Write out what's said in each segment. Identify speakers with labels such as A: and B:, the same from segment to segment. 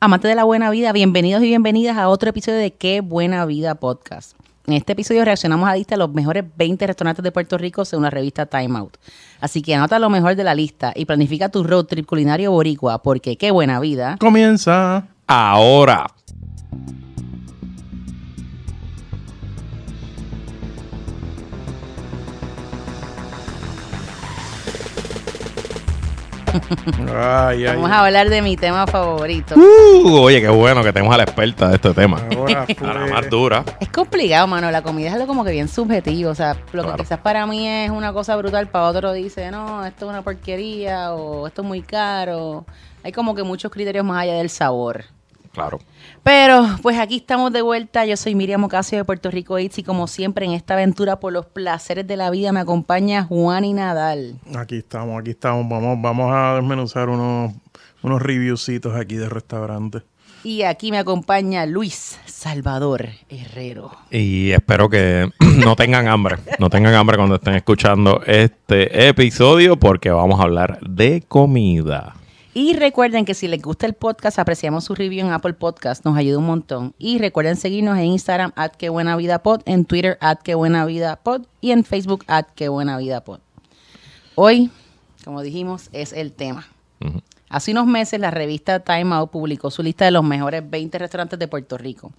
A: Amante de la buena vida, bienvenidos y bienvenidas a otro episodio de Qué Buena Vida Podcast. En este episodio reaccionamos a lista de los mejores 20 restaurantes de Puerto Rico según la revista Time Out. Así que anota lo mejor de la lista y planifica tu road trip culinario boricua porque qué buena vida.
B: Comienza.
C: ahora.
B: Ay, ay.
A: Vamos a hablar de mi tema favorito.
C: Uh, oye, qué bueno que tenemos a la experta de este tema.
A: Ah,
B: Ahora
A: pues.
C: A la
B: fue.
C: más dura.
A: Es complicado, mano. La comida es algo como que bien subjetivo. O sea, lo
C: Claro.
A: que quizás para mí es una cosa brutal, para otro dice, no, esto es una porquería o esto es muy caro. Hay como que muchos criterios más allá del sabor.
C: Claro.
A: Pero, pues aquí estamos de vuelta. Yo soy Miriam Ocasio de Puerto Rico Eats y como siempre en esta aventura por los placeres de la vida me acompaña Juan y Nadal.
B: Aquí estamos, aquí estamos. Vamos, vamos a desmenuzar unos, unos reviewcitos aquí de restaurantes.
A: Y aquí me acompaña Luis Salvador Herrero.
C: Y espero que no tengan hambre. No tengan hambre cuando estén escuchando este episodio porque vamos a hablar de comida.
A: Y recuerden que si les gusta el podcast, apreciamos su review en Apple Podcast, nos ayuda un montón. Y recuerden seguirnos en Instagram, at que buena vida pod, en Twitter, at que buena vida pod, y en Facebook, at que buena vida pod. Hoy, como dijimos, es el tema.
C: Ujú.
A: Hace unos meses la revista Time Out publicó su lista de los mejores 20 restaurantes de Puerto Rico.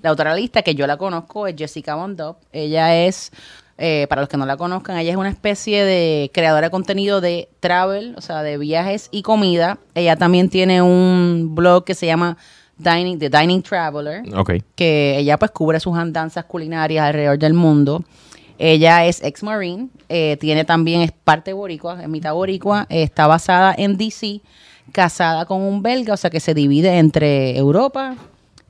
A: La autora de la lista, que yo la conozco, es Jessica Bondop. Ella es, eh, para los que no la conozcan, ella es una especie de creadora de contenido de travel, o sea, de viajes y comida. Ella también tiene un blog que se llama Dining, The Dining Traveler
C: Ok.
A: que ella pues cubre sus andanzas culinarias alrededor del mundo. Ella es ex marine, eh, tiene también es parte boricua, es mitad boricua, eh, está basada en DC, casada con un belga, o sea que se divide entre Europa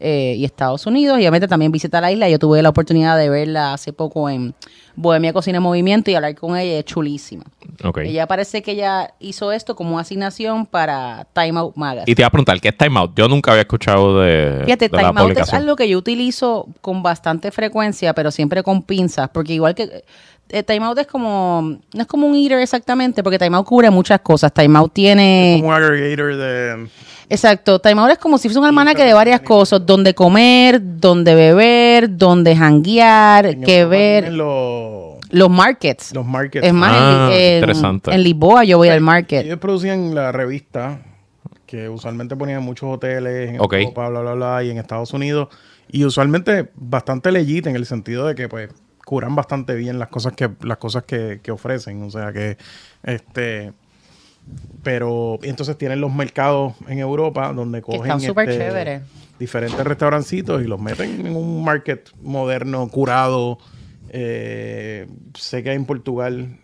A: eh, y Estados Unidos. Y obviamente también visita la isla. Yo tuve la oportunidad de verla hace poco en Bohemia Cocina en Movimiento y hablar con ella, es chulísima.
C: Ok.
A: Ella parece que ella hizo esto como una asignación para Time Out Magazine.
C: Y te iba a preguntar, ¿qué es Time Out? Yo nunca había escuchado de,
A: Fíjate,
C: de
A: time
C: la
A: out es
C: publicación.
A: algo que yo utilizo con bastante frecuencia, pero siempre con pinzas, porque igual que eh, time out es como no es como un eater exactamente, porque time out cubre muchas cosas. Time out tiene
B: Como un aggregator de.
A: Exacto, Time Out es como si fuese un almanaque de varias cosas, donde comer, donde beber, donde janguear,
B: en
A: que
B: Europa
A: ver
B: tienen Los,
A: los markets.
B: los markets.
A: Es más, en-
C: Ah,
A: en-
C: interesante.
A: en Lisboa yo voy al market.
B: Ellos producían la revista que usualmente ponían en muchos hoteles, en
C: Ok.
B: Europa, bla, bla, bla, y en Estados Unidos. Y usualmente bastante legit en el sentido de que, pues, curan bastante bien las cosas que, las cosas que, que ofrecen. O sea que, este. Pero y entonces tienen los mercados en Europa donde cogen
A: están súper
B: este,
A: chéveres.
B: diferentes restaurancitos y los meten en un market moderno, curado. Eh, sé que hay en Portugal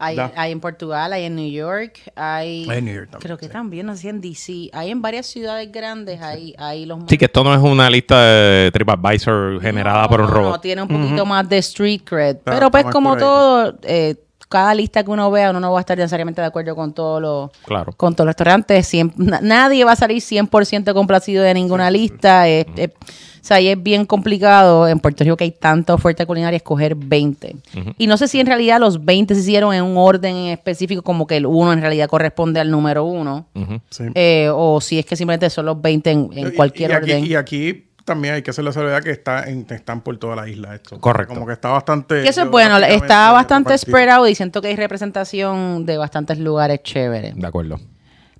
A: Hay,
B: Da.
A: hay en Portugal, hay en New York, hay...
B: Hay en New York también,
A: Creo que
B: sí.
A: también, no sé si en DC. Hay en varias ciudades grandes, hay, hay los...
C: Sí, que esto no es una lista de TripAdvisor generada por un
A: No,
C: robot.
A: No, tiene un poquito más de street cred.
B: Claro,
A: pero
B: está
A: pues
B: más
A: como
B: curadito.
A: todo, eh, cada lista que uno vea, uno no va a estar necesariamente de acuerdo con todos los...
C: Claro.
A: Con todos los restaurantes, Siem- na- nadie va a salir 100% complacido de ninguna lista. es- es- o sea, y es bien complicado en Puerto Rico que hay tanta oferta culinaria escoger 20. Y no sé si en realidad los 20 se hicieron en un orden en específico, como que el 1 en realidad corresponde al número 1,
C: Ujú.
B: sí.
A: Eh, o si es que simplemente son los 20 en, en
B: Y-
A: cualquier
B: y aquí,
A: orden.
B: Y aquí también hay que hacer la salvedad que está en, están por toda la isla esto.
C: Correcto.
B: Como que está bastante...
A: Que eso es bueno, está bastante spread
B: esperado
A: out y siento que hay representación de bastantes lugares chéveres.
C: De acuerdo.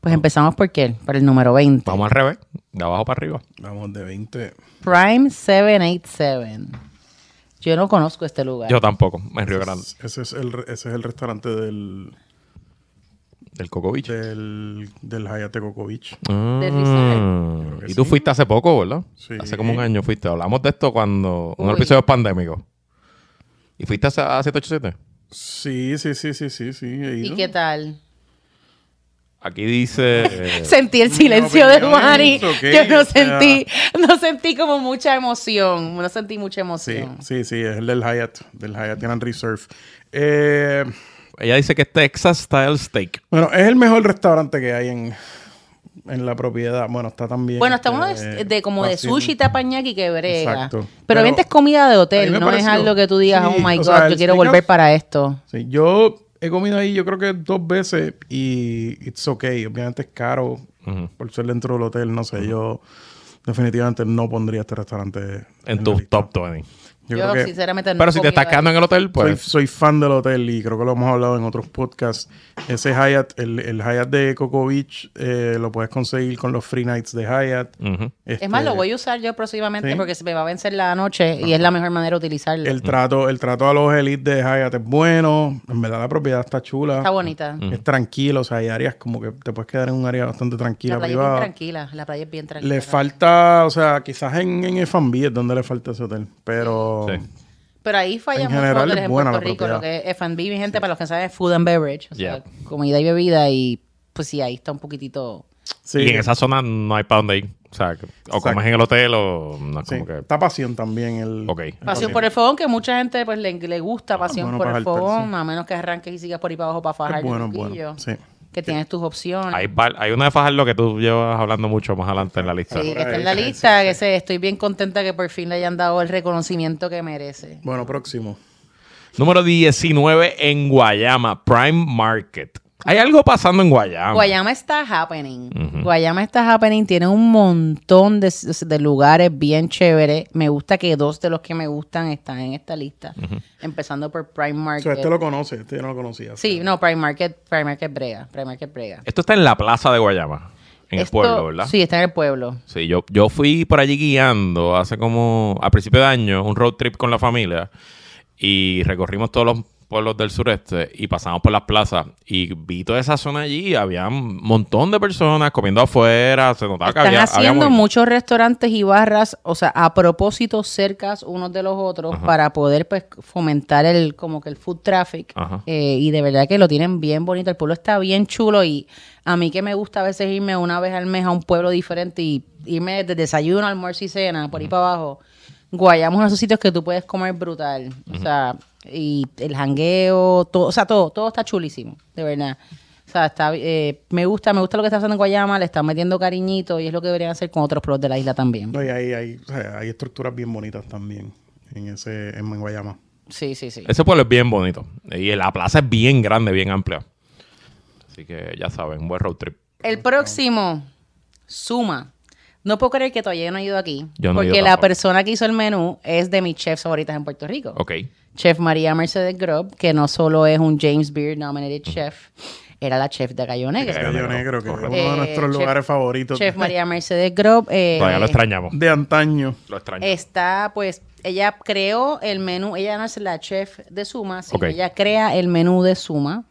A: Pues empezamos por qué? Por el número 20.
C: Vamos al revés, de abajo para arriba.
B: Vamos, de 20.
A: Prime 787. Yo no conozco este lugar.
C: Yo tampoco, en Río Grande.
B: Ese es el, re- ese es el restaurante del,
C: Del Coco Beach.
B: del, del Hayate Kokovich.
C: Ah,
A: Del Rizal.
B: Creo que
C: y tú
B: sí.
C: fuiste hace poco, ¿verdad?
B: Sí.
C: Hace como un año fuiste. Hablamos de esto cuando. En
A: Uy.
C: un episodio pandémico. ¿Y fuiste a, a 787?
B: Sí, sí, sí, sí, sí, sí. he
A: ¿Y
B: ido.
A: qué tal?
C: Aquí dice. eh,
A: Sentí el silencio de
B: opinión
A: Mari.
B: es ok,
A: Yo no
B: o sea-
A: sentí, no sentí como mucha emoción. No sentí mucha
B: Sí,
A: emoción.
B: sí, sí, es el del Hyatt, del Hyatt Grand Reserve. Eh,
C: ella dice que es Texas Style Steak.
B: bueno, es el mejor restaurante que hay en, en la propiedad. Bueno, está también...
A: Bueno, está uno
B: eh,
A: de, de como de
B: fácil.
A: sushi, tapañaki que brega.
B: Exacto.
A: Pero,
B: Pero
A: obviamente es comida de
B: a mí
A: hotel,
B: me
A: no es
B: pareció-
A: algo que tú digas,
B: sí,
A: oh my
B: o
A: god,
B: sea, el
A: yo quiero
B: steakhouse-
A: volver para esto.
B: Sí, yo he comido ahí yo creo que dos veces y it's okay. Obviamente es caro
C: Ujú.
B: por ser dentro del hotel, no sé, yo definitivamente no pondría este restaurante
C: En
B: la
C: tus
B: lista.
C: top 20.
B: Yo,
A: Yo,
B: creo que
A: sinceramente no
C: Pero si te
A: comí
C: estás
A: ahí.
C: quedando en el hotel,
B: soy,
C: pues.
B: soy fan del hotel y creo que lo hemos hablado en otros podcasts. Ese Hyatt, el, el Hyatt de Coco Beach, eh, lo puedes conseguir con los free nights de Hyatt. Este,
C: Ujú.
A: Es más, lo
C: este-
A: voy a usar yo próximamente
B: ¿Sí?
A: porque se me va a vencer la noche
C: Ah.
A: y es la mejor manera de utilizarlo.
B: El trato, el trato a los elites de Hyatt es bueno. En verdad la propiedad está chula.
A: Está bonita.
B: Es tranquilo. O sea, hay áreas como que te puedes quedar en un área bastante
A: La
B: tranquila,
A: playa es bien
B: privada.
A: tranquila. La playa es bien tranquila.
B: Le falta, o sea, quizás en, en F&B es donde le falta ese hotel. Pero
C: Sí.
A: Pero ahí falla
B: En
A: mucho
B: general,
A: hoteles
B: es
A: en
B: buena
A: Puerto
B: la
A: Rico, lo que
B: propiedad.
A: es F&B, mi gente, para los que saben, es food and beverage, o sea, comida y bebida y pues sí, ahí está un poquitito.
B: sí,
C: Y en esa zona no hay para dónde ir. O sea, que- o
B: Exacto.
C: comes en el hotel o no es
B: sí.
C: como que.
B: está pasión también el...
C: Ok.
B: el
A: Pasión por el fogón, que mucha gente pues le, le gusta pasión
B: Ah, bueno
A: por
B: para
A: el
B: jaltar,
A: fogón, a menos que arranques y sigas por ahí para abajo para fajar
B: Es bueno, es bueno. Sí.
A: que tienes tus opciones.
C: Hay, bar- hay una de Fajardo que tú llevas hablando mucho más adelante en la lista.
A: Sí,
B: por
A: que está
B: ahí,
A: en la
B: sí,
A: lista, que se- estoy bien contenta que por fin le hayan dado el reconocimiento que merece.
B: Bueno, próximo.
C: Número 19 en Guayama, Prime Market. Hay algo pasando en Guayama.
A: Guayama está happening. Guayama está happening. Tiene un montón de, de lugares bien chéveres. Me gusta que dos de los que me gustan están en esta lista. Empezando por Prime
B: O
A: Market.
B: sea, este lo conoce, este yo no lo conocía.
A: Sí, no, Prime Market, Prime Market Brega. Prime Market Brega.
C: Esto está en la plaza de Guayama, en el
A: Esto-
C: pueblo, ¿verdad?
A: Sí, está en el pueblo.
C: Sí, yo, yo fui por allí guiando hace como a principio de año un road trip con la familia y recorrimos todos los pueblos del sureste y pasamos por las plazas y vi toda esa zona allí, había un montón de personas comiendo afuera, se notaba que
A: Están
C: había, había
A: haciendo
C: movimiento.
A: muchos restaurantes y barras, o sea, a propósito cercas unos de los otros para poder pues fomentar el como que el food traffic
C: Ajá.
A: Eh, y de verdad que lo tienen bien bonito, el pueblo está bien chulo y a mí que me gusta a veces irme una vez al mes a un pueblo diferente y irme de desayuno, almuerzo y cena por ahí para abajo. Guayamos unos sitios que tú puedes comer brutal, o sea, y el jangueo, todo, o sea, todo, todo está chulísimo, de verdad. O sea, está, eh, me gusta, me gusta lo que está haciendo en Guayama, le están metiendo cariñito y es lo que deberían hacer con otros pueblos de la isla también.
B: No, y hay, hay, o sea, hay estructuras bien bonitas también en ese en Guayama.
A: Sí, sí, sí.
C: Ese pueblo es bien bonito y la plaza es bien grande, bien amplia. Así que ya saben, un buen road trip.
A: El próximo, Suma. No puedo creer que todavía no he ido aquí.
C: Yo no he
A: porque
C: ido
A: la
C: tampoco.
A: persona que hizo el menú es de mis chefs favoritas en Puerto Rico.
C: Ok.
A: Chef María Mercedes Grubb, que no solo es un James Beard nominated chef, era la chef de Cayo Negro.
C: Cayo
B: Gallo Negro, que
C: correcto.
B: es uno de
A: Eh,
B: nuestros
A: chef-
B: lugares favoritos
A: Chef María Mercedes Grubb. eh,
C: Todavía lo extrañamos.
B: de antaño.
C: Lo extraño.
A: Está, pues, ella creó el menú, ella no es la chef de Suma, sino
C: Ok.
A: ella crea el menú de Suma.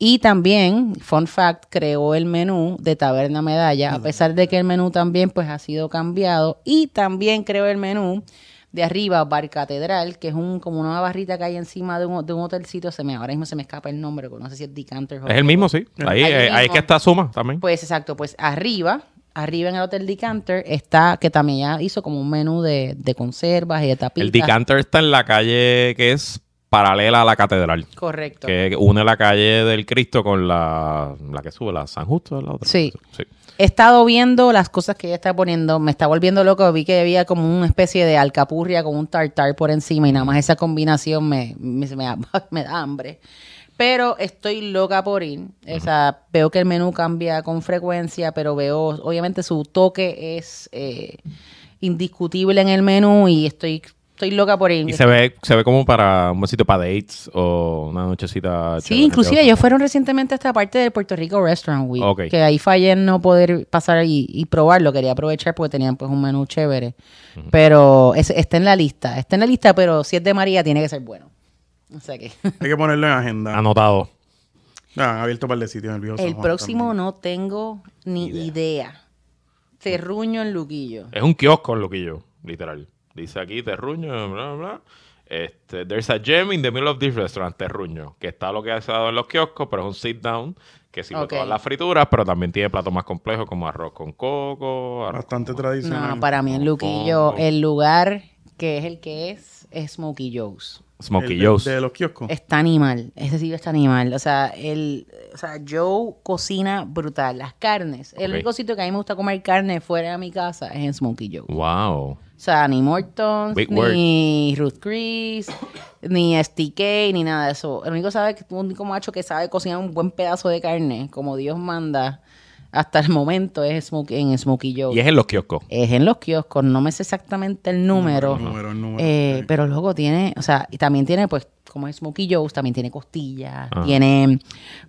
A: Y también, fun fact, creó el menú de Taberna Medalla, a pesar de que el menú también, pues, ha sido cambiado. Y también creó el menú de arriba, Bar Catedral, que es un como una barrita que hay encima de un, de un hotelcito. Se me, ahora mismo se me escapa el nombre, no sé si es Decanter.
C: Es el mismo, sí.
A: Ahí
C: Ahí, eh, ahí es
A: mismo.
C: que está Suma también.
A: Pues exacto, pues arriba, arriba en el Hotel Decanter está, que también ya hizo como un menú de, de conservas y de tapitas.
C: El Decanter está en la calle que es paralela a la catedral,
A: Correcto.
C: que une la calle del Cristo con la, la que sube, la San Justo, la otra.
A: Sí. He estado viendo las cosas que ella está poniendo, me está volviendo loco, vi que había como una especie de alcapurria con un tartar por encima y nada más esa combinación me, me, se me da, me da hambre. Pero estoy loca por ir, o sea, veo que el menú cambia con frecuencia, pero veo, obviamente su toque es eh, indiscutible en el menú y estoy, estoy loca por ir.
C: Y se ve, se ve como para un buen sitio para dates o una nochecita.
A: Sí, inclusive ellos fueron recientemente a esta parte del Puerto Rico Restaurant Week,
C: Ok.
A: que ahí fallé en no poder pasar y, y probarlo, quería aprovechar porque tenían pues un menú chévere, pero es- está en la lista, está en la lista, pero si es de María tiene que ser bueno. O sea que
B: Hay que ponerlo en agenda.
C: Anotado.
B: Ah, han abierto un par de sitios en el viejo San
A: el
B: Juan
A: próximo
B: también.
A: no tengo ni idea. Terruño en Luquillo.
C: Es un kiosco, lo que yo, literal. Dice aquí Terruño, bla, bla, bla. Este, there's a gem in the middle of this restaurant, Terruño, que está lo que se ha dado en los kioscos, pero es un sit down que sirve
A: Ok.
C: todas las frituras, pero también tiene platos más complejos como arroz con coco, arroz
B: Bastante
A: No,
B: tradicional.
A: para mí en Luquillo
C: Pongo.
A: el lugar que es el que es es Smokey Joe's.
C: Smokey
B: El de-
C: Joe's.
B: De, los kioscos.
A: Está animal, ese sitio está animal. O sea, el, o sea, Joe cocina brutal. Las carnes. El
C: Ok. Mm.
A: único sitio que a mí me gusta comer carne fuera de mi casa es en Smokey Joe.
C: Wow.
A: O sea, ni Mortons,
C: Big
A: ni Ruth Chris, ni STK, ni nada de eso. El único, sabe, que- único macho que sabe cocinar un buen pedazo de carne, como Dios manda, hasta el momento es Smokey- en Smokey Joe.
C: Y es en los kioscos.
A: Es en los kioscos, no me sé exactamente el número.
B: número, número,
A: eh,
B: sí.
A: Pero luego tiene, o sea, y también tiene, pues, como es Smokey Joe's, también tiene costillas,
C: Ajá.
A: tiene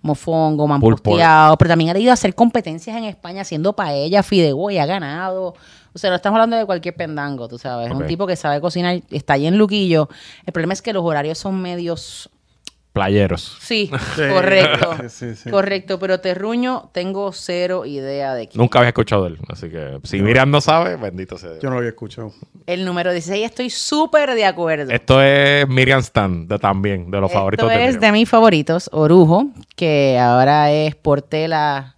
A: mofongo,
C: Pulled pork.
A: mamposteado, pero también ha ido a hacer competencias en España haciendo paella, fideo y ha ganado. O sea, no estamos hablando de cualquier pendango, tú sabes. Es
C: Ok.
A: un tipo que sabe cocinar, está ahí en Luquillo. El problema es que los horarios son medios
C: Playeros.
A: Sí,
B: Sí.
A: correcto.
B: Sí, sí.
A: Correcto, pero Terruño tengo cero idea de quién.
C: Nunca había escuchado de él. Así que si Miriam no sabe, bendito sea Dios.
B: Yo no lo había escuchado.
A: El número 16 estoy súper de acuerdo.
C: Esto es Miriam Stan de, también, de los favoritos
A: Esto
C: de
A: es de
C: Miriam.
A: mis favoritos, Orujo, que ahora es Portela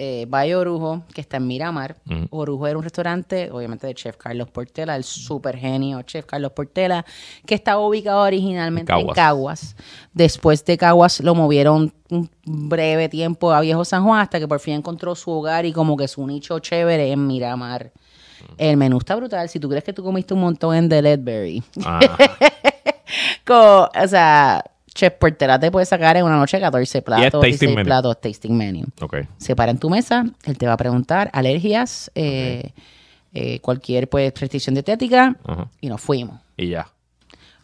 A: eh, Valle Orujo, que está en Miramar.
C: Ujú.
A: Orujo era un restaurante, obviamente, de Chef Carlos Portela, el super genio Chef Carlos Portela, que estaba ubicado originalmente
C: Caguas.
A: en Caguas. Después de Caguas lo movieron un breve tiempo a Viejo San Juan hasta que por fin encontró su hogar y como que su nicho chévere en Miramar. El menú está brutal. Si tú crees que tú comiste un montón en The Ledbury,
C: Ah,
A: Co- o sea, Chef Portela te puede sacar en una noche 14
C: Y es
A: platos,
C: tasting
A: 16
C: menu.
A: platos, tasting menu.
C: ok.
A: Se para en tu mesa, él te va a preguntar alergias, eh, eh, cualquier pues restricción dietética
C: Ajá.
A: y nos fuimos.
C: Y ya.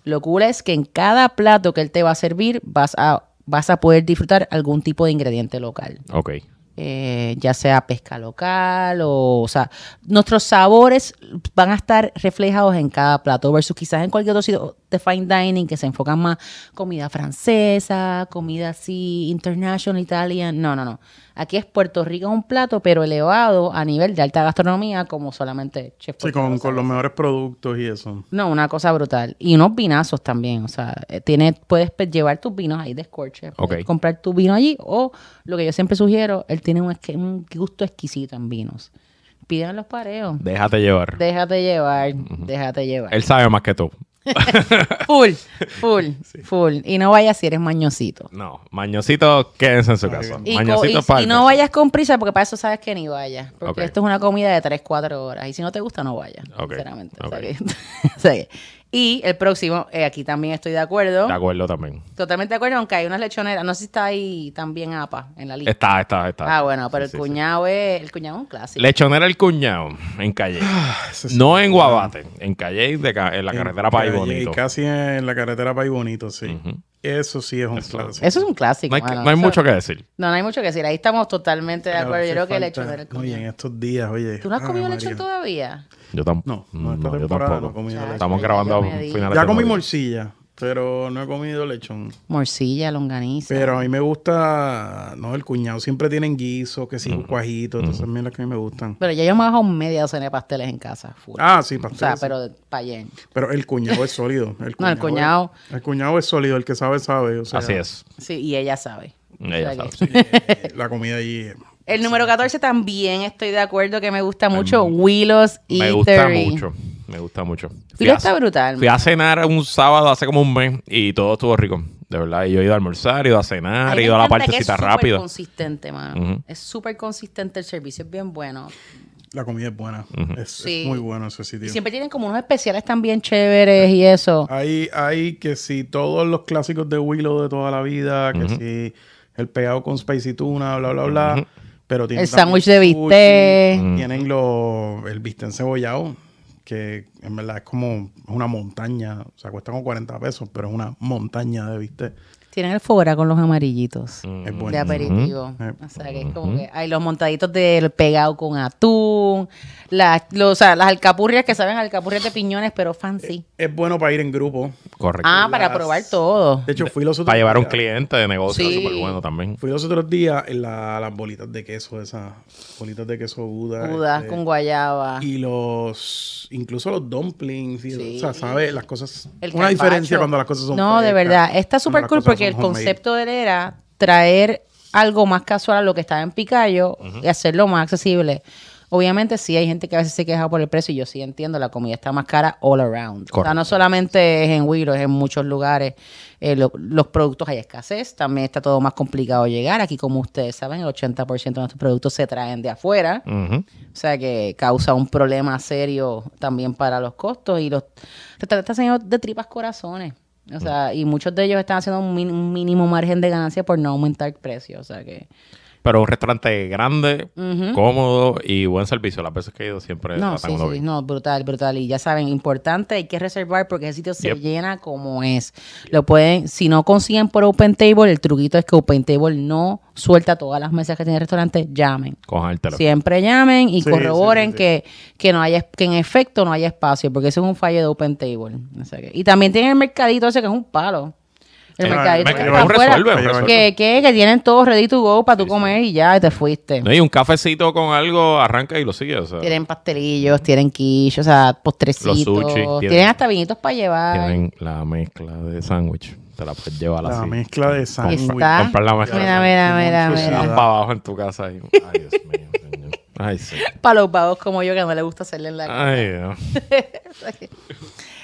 A: Lo cool es que en cada plato que él te va a servir vas a, vas a poder disfrutar algún tipo de ingrediente local.
C: Ok.
A: Eh, ya sea pesca local o, o sea, nuestros sabores van a estar reflejados en cada plato versus quizás en cualquier otro sitio de fine dining que se enfocan más comida francesa, comida así international, italian, no, no, no. Aquí es Puerto Rico es un plato pero elevado a nivel de alta gastronomía como solamente Chef
B: Sí,
A: Puerto
B: con,
A: Rico
B: con
A: sabe.
B: los mejores productos y eso.
A: No, una cosa brutal. Y unos vinazos también. O sea, eh, tiene, puedes pe- llevar tus vinos ahí de escorche. puedes
C: Ok.
A: Comprar tu vino allí. O lo que yo siempre sugiero, él tiene un, esque- un gusto exquisito en vinos. Pidan los pareos.
C: Déjate llevar.
A: Déjate llevar. Déjate llevar.
C: Él sabe más que tú.
A: Full, full, full. Y no vayas si eres mañosito.
C: No, mañosito, quédense en su casa.
A: Y, co-
C: mañosito
A: y- y no vayas con prisa porque para eso sabes que ni vayas. Porque
C: Ok.
A: esto es una comida de 3, 4 horas. Y si no te gusta, no vayas.
C: Ok,
A: Sinceramente. O sea
C: ok.
A: que- o sea que- y el próximo, eh, aquí también estoy de acuerdo.
C: De acuerdo también.
A: Totalmente de acuerdo, aunque hay unas lechoneras. No sé si está ahí también APA en la lista.
C: Está, está, está.
A: ah, bueno, pero
C: Sí,
A: el
C: sí, sí.
A: cuñado es. El cuñado es un clásico.
C: Lechonera el cuñado en Calle.
B: Ah, ese sí.
C: no en Guabate, en Calle, de ca- en la carretera País
B: Calle-
C: Bonito.
B: Casi en la carretera País Bonito, sí. Eso sí es un clásico.
A: Eso es un clásico.
C: No hay,
A: mano.
C: no hay
A: Eso-
C: mucho que decir.
A: No, no hay mucho que decir. Ahí estamos totalmente de
B: Pero
A: acuerdo. Yo
B: hace
A: creo que el
B: falta-
A: lechonero es el
B: Oye,
A: cuñado.
B: en estos días, oye.
A: ¿Tú no has
B: Ave
A: comido
B: María.
A: lechón todavía?
C: Yo, tam-
B: No, no, esta
C: yo
B: temporada no
C: tampoco.
B: he comido
A: Chacho,
B: lechón.
C: Estamos
A: ya
C: grabando
A: yo me di.
C: finales
B: Ya
C: de
B: comí
C: noviembre.
B: morcilla, pero no he comido lechón.
A: Morcilla, longaniza.
B: Pero a mí me gusta, no, el cuñado siempre tienen guiso, que sí, cuajito, entonces a mí las que a mí me gustan.
A: Pero ya yo me bajo media docena de pasteles en casa. full.
B: Ah, sí,
A: o sea,
B: pastel.
A: pero de payén.
B: Pero el cuñado es sólido. El
A: No, el cuñado-
B: es- El cuñado es sólido, el que sabe, sabe. O sea,
C: Así es.
A: Sí, y ella sabe.
C: Ella
A: O sea
C: sabe,
A: que-
C: sí.
B: eh, la comida allí. eh,
A: El número 14 también estoy de acuerdo que me gusta mucho. Willows y
C: Me gusta mucho. Me gusta mucho. Fui
A: Willows
C: a-
A: está brutal.
C: Fui a cenar un sábado hace como un mes y todo estuvo rico. De verdad, y yo he ido a almorzar, he ido a cenar,
A: mí
C: he
A: me
C: ido a Ah, la
A: encanta que
C: partecita
A: es súper
C: rápida.
A: consistente, mano.
C: Ujú.
A: Es súper consistente el servicio, es bien bueno.
B: La comida es buena. es, es
A: Sí.
B: muy bueno ese
A: Y
B: sitio.
A: siempre tienen como unos especiales también chéveres y eso.
B: Hay, hay que si todos los clásicos de Willow de toda la vida, que si el pegado con spicy tuna, bla, bla, bla. Pero tienen
A: El
B: también
A: sándwich de
B: sushi,
A: bistec.
C: Mm.
B: Tienen los, el bistec encebollado, que en verdad es como una montaña. O sea, cuesta como 40 pesos, pero es una montaña de bistec.
A: Tienen el fuera con los amarillitos
C: Mm.
B: Es
A: de
B: bueno.
A: aperitivo.
B: Ujú.
A: O sea, que es como que hay los montaditos del pegado con atún, las, los- o sea, las alcapurrias que saben a alcapurrias de piñones, pero fancy.
B: Es bueno para ir en grupo.
C: Correcto.
A: Ah, para probar todo.
B: De hecho, fui los otros
C: Para llevar a un
B: días-
C: cliente de negocio
A: Sí.
C: súper bueno también.
B: Fui los otros días en la- las bolitas de queso, esas bolitas de queso Buda.
A: Judas
B: este,
A: con guayaba.
B: Y los, incluso los dumplings, y
A: Sí.
B: o sea, ¿sabes? Las cosas,
A: El
B: una
A: carpaccio.
B: diferencia cuando las cosas son
A: No, de
B: frescas,
A: verdad. Está
B: cuando
A: súper
B: las
A: cool
B: cosas
A: porque el
B: son homemade.
A: concepto de él era traer algo más casual a lo que estaba en Picayo y hacerlo más accesible. Obviamente sí hay gente que a veces se queja por el precio y yo sí entiendo, la comida está más cara all around. O sea,
C: Correcto.
A: no solamente es en Wiro, es en muchos lugares. eh, lo- los productos hay escasez, también está todo más complicado llegar. Aquí, como ustedes saben, el 80% de nuestros productos se traen de afuera.
C: Ujú.
A: O sea que causa un problema serio también para los costos y los restaurantes están haciendo de tripas corazones. O sea,
C: Mm.
A: y muchos de ellos están haciendo un, min- un mínimo margen de ganancia por no aumentar el precio. O sea que
C: Pero un restaurante grande,
A: Ujú.
C: cómodo y buen servicio. Las veces que he ido siempre
A: no,
C: tratan
A: sí,
C: uno
A: sí,
C: bien.
A: no, brutal, brutal. Y ya saben, importante, hay que reservar porque ese sitio se
C: Yep.
A: llena como es. Lo pueden, si no consiguen por Open Table, el truquito es que Open Table no suelta todas las mesas que tiene el restaurante, llamen.
C: Cojan el teléfono.
A: Siempre llamen y
B: Sí,
A: corroboren
B: sí, sí.
A: Que, que no haya que en efecto no haya espacio, porque eso es un fallo de Open Table. O sea que- y también tienen el mercadito ese que es un palo. El
C: Eh,
A: mercadito
B: mercado,
A: que está
B: un
A: afuera,
C: resuelve, un resuelve.
A: que, que, que tienen todo ready to go para tú comer y ya y te fuiste.
C: No, y un cafecito con algo arranca y lo sigue. O sea,
A: Tienen pastelillos, tienen quiche, o sea, postrecitos.
C: Los sushi,
A: tienen,
C: tienen-
A: hasta vinitos para llevar.
C: tienen la mezcla de sándwich. Te la puedes llevar
B: La
C: así.
B: mezcla de sándwich.
A: Está-
C: Comprar la mezcla.
A: Mira, mira, mira,
B: Mucho
C: Te
A: mira.
C: das
B: sí.
C: para abajo en tu casa. Y... Ay, Dios mío, señor. Ay, sí. Ah.
A: Para los vagos como yo que no le gusta hacerle en la
C: Ay, Dios.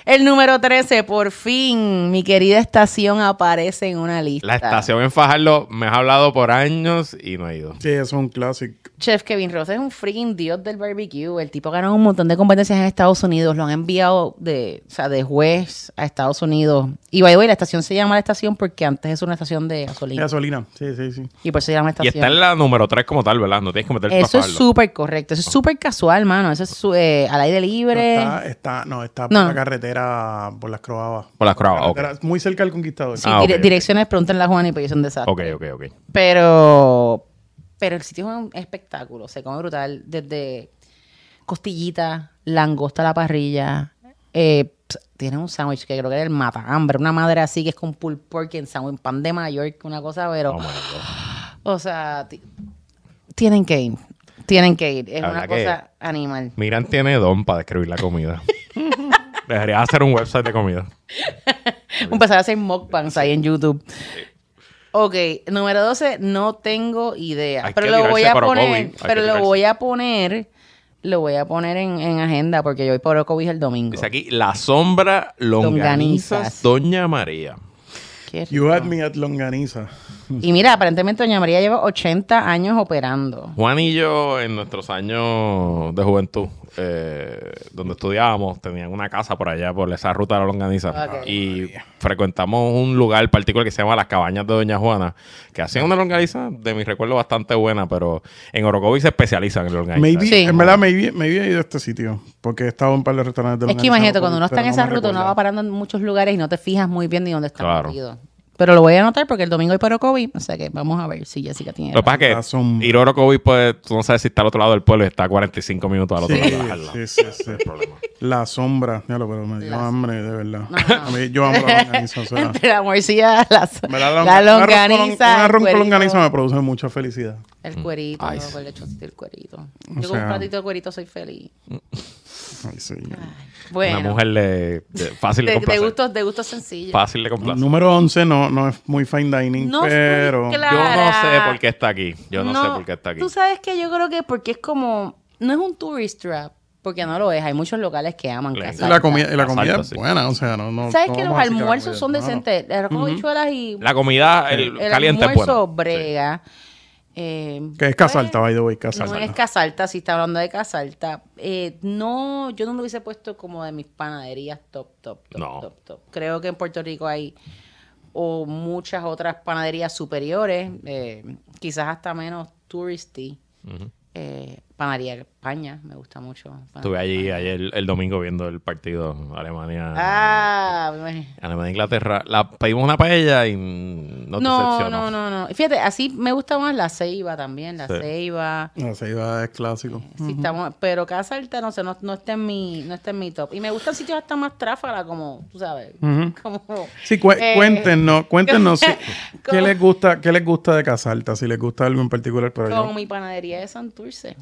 A: El número 13, por fin, mi querida estación aparece en una lista.
C: La estación en Fajardo me has hablado por años y no he ido.
B: Sí, es un clásico.
A: Chef Kevin Ross es un freaking dios del barbecue. El tipo ha ganado un montón de competencias en Estados Unidos. Lo han enviado de, o sea, de juez a Estados Unidos. Y by the way, la estación se llama la estación porque antes es una estación de gasolina.
B: Gasolina. Sí, sí, sí.
A: Y por eso se llama
C: Y
A: estación.
C: está en la número 3 como tal, ¿verdad? No tienes que meterte
A: Eso
C: para
A: es súper correcto.
C: Oh.
A: Eso es súper casual, mano. Eso es su- eh, al aire
B: No,
A: libre.
B: está, está, no, está por
A: No.
B: la carretera, por las Croabas.
C: Por las Croabas, Ah, ok.
B: Carretera- Muy cerca del Conquistador.
A: Sí,
C: Ah, ok,
A: dire-
C: ok.
A: direcciones, pregúntenle a Juan y pues yo soy un desastre.
C: Ok, ok, ok.
A: Pero, pero el sitio es un espectáculo. Se come brutal. Desde costillita, langosta a la parrilla. Eh, ps- tienen un sándwich que creo que era el mata hambre. Una madre así que es con pulled pork en sándwich, pan de Mallorca, una cosa, pero.
C: Oh, my God.
A: O sea, ti- tienen que ir. Tienen que ir. Es
C: La
A: una
C: verdad que-
A: cosa animal.
C: Miran tiene don para describir la comida. Deberías hacer un website de comida.
A: Empezar a hacer mukbangs ahí en YouTube. Ok, número 12, no tengo idea.
C: Hay
A: pero
C: que
A: lo voy
C: tirarse
A: a
C: para Orocovis,
A: poner,
C: hay que
A: pero lo
C: tirarse.
A: voy a poner, lo voy a poner en, en agenda porque yo voy para Orocovis el domingo.
C: Dice aquí, la sombra longanizas
A: Longanizas.
C: Doña María.
A: Qué
B: You
A: rico.
C: Ah.
B: had me at Longaniza.
A: Y mira, aparentemente Doña María lleva 80 años operando.
C: Juan y yo, en nuestros años de juventud, eh, donde estudiábamos, tenían una casa por allá, por esa ruta de la longaniza.
A: Ok.
C: Y frecuentamos un lugar particular que se llama Las Cabañas de Doña Juana, que hacían una longaniza, de mi recuerdo, bastante buena, pero en Orocovis se especializan en longaniza.
B: Maybe,
A: Sí.
B: en verdad, maybe, maybe he ido a este sitio. Porque he estado en un par de restaurantes
A: Es
B: de
A: que
B: Longaniza,
A: imagínate,
B: pero-
A: cuando uno está
B: pero
A: en esa
B: me
A: ruta, uno
B: recuerdo.
A: va parando en muchos lugares y no te fijas muy bien ni dónde está
C: Claro.
A: metido. Pero lo voy a anotar porque el domingo hay para Orocovis, o sea que vamos a ver si Jessica tiene...
C: Lo que pasa
B: La
C: es
B: sombra.
C: que ir a Orocovis, pues, tú no sabes si está al otro lado del pueblo y está a 45 minutos al otro
B: Sí,
C: lado de la jarla.
B: sí, sí, sí. La sombra. Ya lo, pero me dio
A: La-
B: hambre, de verdad.
A: No, no.
B: A mí, yo amo la longaniza. o sea,
A: Entre la morcilla, la,
B: me da
A: la
B: longa- un arroz con-
A: longaniza,
B: Un
A: el
B: arroz con
A: cuerito.
B: longaniza me produce mucha felicidad.
A: El cuerito,
C: Mm. Ay,
A: ¿no?
C: sí.
A: con el lechoncito y el cuerito. Yo
B: O
A: con
B: sea-
A: un platito de cuerito soy feliz.
B: Ay, sí.
C: Una
A: Bueno,
C: mujer de, de- fácil de,
A: de, de
C: complacer.
A: gustos, de gustos sencillos.
C: Fácil de complacer.
B: Número 11 no, no es muy fine dining,
A: No es muy
B: pero...
A: cla-
C: Yo no sé
A: Clara.
C: por qué está aquí. Yo no, sé por qué está aquí.
A: Tú sabes que yo creo que porque es como, no es un tourist trap, porque no lo es. Hay muchos locales que aman
C: Le
A: casa.
B: Y la comida, y la
C: Asalto,
B: comida es
C: sí.
B: buena, o sea, no... no
A: ¿Sabes
B: no
A: que los
B: vamos a decir la
A: almuerzos
B: comida
A: son
B: es mala.
A: decentes? El arroz con habichuelas y
C: La comida, el,
A: el
C: caliente es
A: almuerzo
C: bueno. Sí.
A: brega. Eh,
B: Que es casalta, by the way, casalta.
A: No es Casalta, si está hablando de Casalta. Eh, no, yo no lo hubiese puesto como de mis panaderías top, top, top,
C: No.
A: top, top. Creo que en Puerto Rico hay o muchas otras panaderías superiores, eh, quizás hasta menos touristy. Eh, panadería España, me gusta mucho.
C: Estuve
A: Panadería
C: allí
A: España.
C: ayer el, domingo viendo el partido Alemania.
A: Ah, me-
C: Alemania e Inglaterra. La pedimos una paella y mm, no te
A: no,
C: decepcionó.
A: no, no, no. Fíjate, así me gusta más la ceiba también, la
C: Sí.
A: ceiba.
B: La ceiba es clásico.
A: Sí, estamos, pero Casa Alta, no sé, no, no está en mi, no está en mi top. Y me gustan sitios hasta más tráfala, como, tú sabes,
B: Mm.
A: como
B: Sí, cu-
A: Eh,
B: cuéntenos, cuéntenos si- qué
A: ¿Cómo?
B: les gusta, qué les gusta de Casalta, si les gusta algo en particular, pero yo-
A: como mi panadería de Santurce.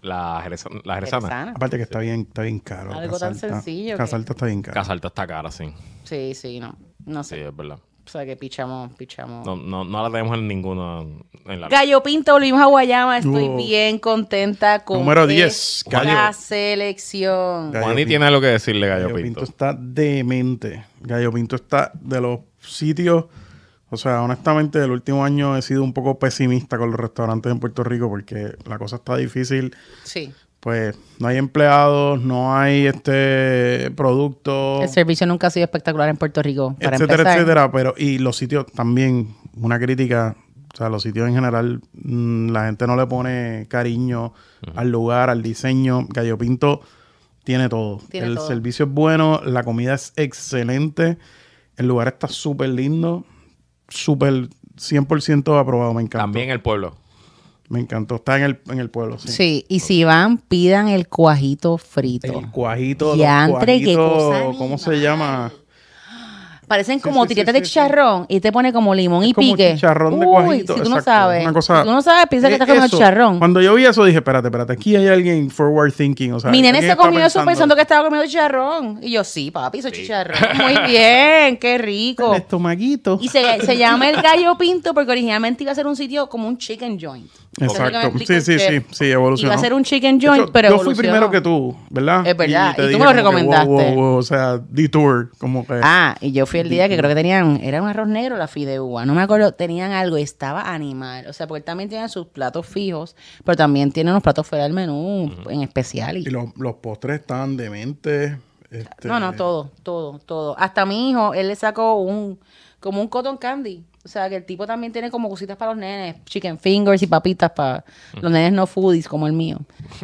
C: La, jerez- la jerezana.
A: Jerezana.
B: aparte que está bien, está bien caro.
A: Algo tan
B: Casalta.
A: sencillo que-
B: Casalta está bien caro.
C: Casalta está cara, sí.
A: Sí, sí, no. No
C: Sí,
A: sé.
C: es verdad.
A: O sea que pichamos, pichamos.
C: No, no, no la tenemos en ninguna. En la...
A: Gallo Pinto, volvimos a Guayama. Estoy
B: Wow.
A: bien contenta con
B: Número 10,
A: esta
B: Gallo.
A: selección.
B: Gallo
C: Juaní
B: Pinto.
C: tiene algo que decirle, Gallo
B: Gallo Pinto
C: Pinto.
B: está demente. Gallo Pinto está de los sitios. O sea, honestamente, el último año he sido un poco pesimista con los restaurantes en Puerto Rico porque la cosa está difícil.
A: Sí.
B: Pues no hay empleados, no hay este producto,
A: El servicio nunca ha sido espectacular en Puerto Rico. Para
B: etcétera,
A: empezar.
B: etcétera. Pero, y los sitios también, una crítica. O sea, los sitios en general, mm, la gente no le pone cariño al lugar, al diseño. Gallo Pinto tiene todo.
A: Tiene
B: el
A: todo.
B: servicio es bueno, la comida es excelente, el lugar está súper lindo, súper 100% aprobado, me encantó.
C: También el pueblo.
B: Me encantó, está en el, en el pueblo, sí.
A: Sí, y si van, pidan el cuajito frito.
B: El cuajito, los
A: Diantre, qué
B: cuajitos,
A: cosa
B: ¿cómo se
A: animal.
B: llama?
A: Parecen
B: Sí,
A: como
B: sí, sí,
A: tiretas
B: sí,
A: de
B: sí.
A: chicharrón y te pone como limón y
B: Es como
A: pique.
B: chicharrón de
A: Uy,
B: cuajito,
A: Si tú no
B: exacto,
A: sabes.
B: una cosa-
A: si tú no sabes, piensa que
B: Eh,
A: estás comiendo
B: eso,
A: chicharrón.
B: Cuando yo vi eso dije, espérate, espérate, aquí hay alguien forward thinking, o sea,
A: Mi nene
B: alguien
A: se
B: está
A: comió eso pensando que estaba comiendo chicharrón. Y yo, sí, papi, eso es chicharrón. Muy bien, qué rico.
B: El estomaguito.
A: Y se, se llama el gallo pinto porque originalmente iba a ser un sitio como un chicken joint. Eso es lo que me
B: Exacto.
A: explicó
B: Sí,
A: el
B: sí, sí,
A: chef.
B: sí, evolucionó.
A: Iba a ser un chicken
B: De hecho,
A: joint, pero
B: Yo fui
A: evolucionó.
B: primero que tú, ¿verdad?
A: Es verdad, y tú
B: dije
A: me lo
B: como que, wow,
A: recomendaste.
B: wow, wow, o sea, detour, como que...
A: Ah, y yo fui el día que creo que tenían, era un arroz negro la fideuá, no me acuerdo, tenían algo, y estaba animal, o sea, porque también tienen sus platos fijos, pero también tienen los platos fuera del menú en especial. y-
B: Y los, los postres estaban dementes. este,
A: No, no, todo, todo, todo. Hasta mi hijo, él le sacó un, como un cotton candy. O sea, que el tipo también tiene como cositas para los nenes, chicken fingers y papitas para los nenes no foodies como el mío.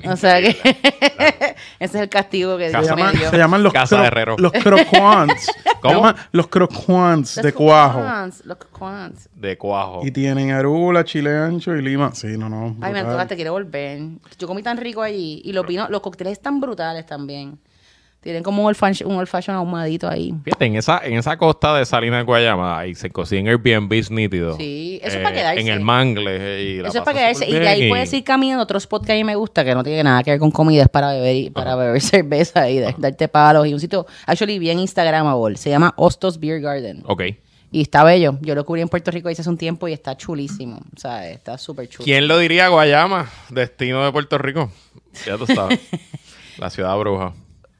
A: O sea que ese es el castigo que
B: Se,
A: Dios me
B: llaman,
A: dio.
B: se llaman los,
C: Casa de Herrero.
B: cro, los croquants.
C: ¿Cómo?
B: Se llaman los croquants de
A: Los
B: cuajo.
A: croissants, Los croissants.
C: De cuajo.
B: Y tienen arula, chile ancho y lima. Sí, no, no.
A: Ay, me
B: brutal.
A: antojaste, quiero volver. Yo comí tan rico allí. Y los vinos, los cócteles están brutales también. Tienen como un old fashion, un old fashion ahumadito ahí.
C: Fíjate, en esa, en esa costa de Salinas de Guayama, ahí se consiguen Airbnbs nítidos.
A: Sí, eso es para quedarse.
C: Eh, En el mangle. eh, y la
A: Eso es
C: pasas
A: para quedarse. Y
C: súper
A: de ahí
C: bien
A: puedes ir caminando otros spots que a mí me gusta, que no tiene nada que ver con comida, es para beber, y- para beber cerveza y dar- darte palos. Y un sitio, actually, bien Instagramable. Se llama Hostos Beer Garden.
C: Ok.
A: Y está bello. Yo lo cubrí en Puerto Rico hice hace un tiempo y está chulísimo. O sea, está súper chulo.
C: ¿Quién lo diría Guayama? Destino de Puerto Rico. Ya tú sabes. la ciudad bruja.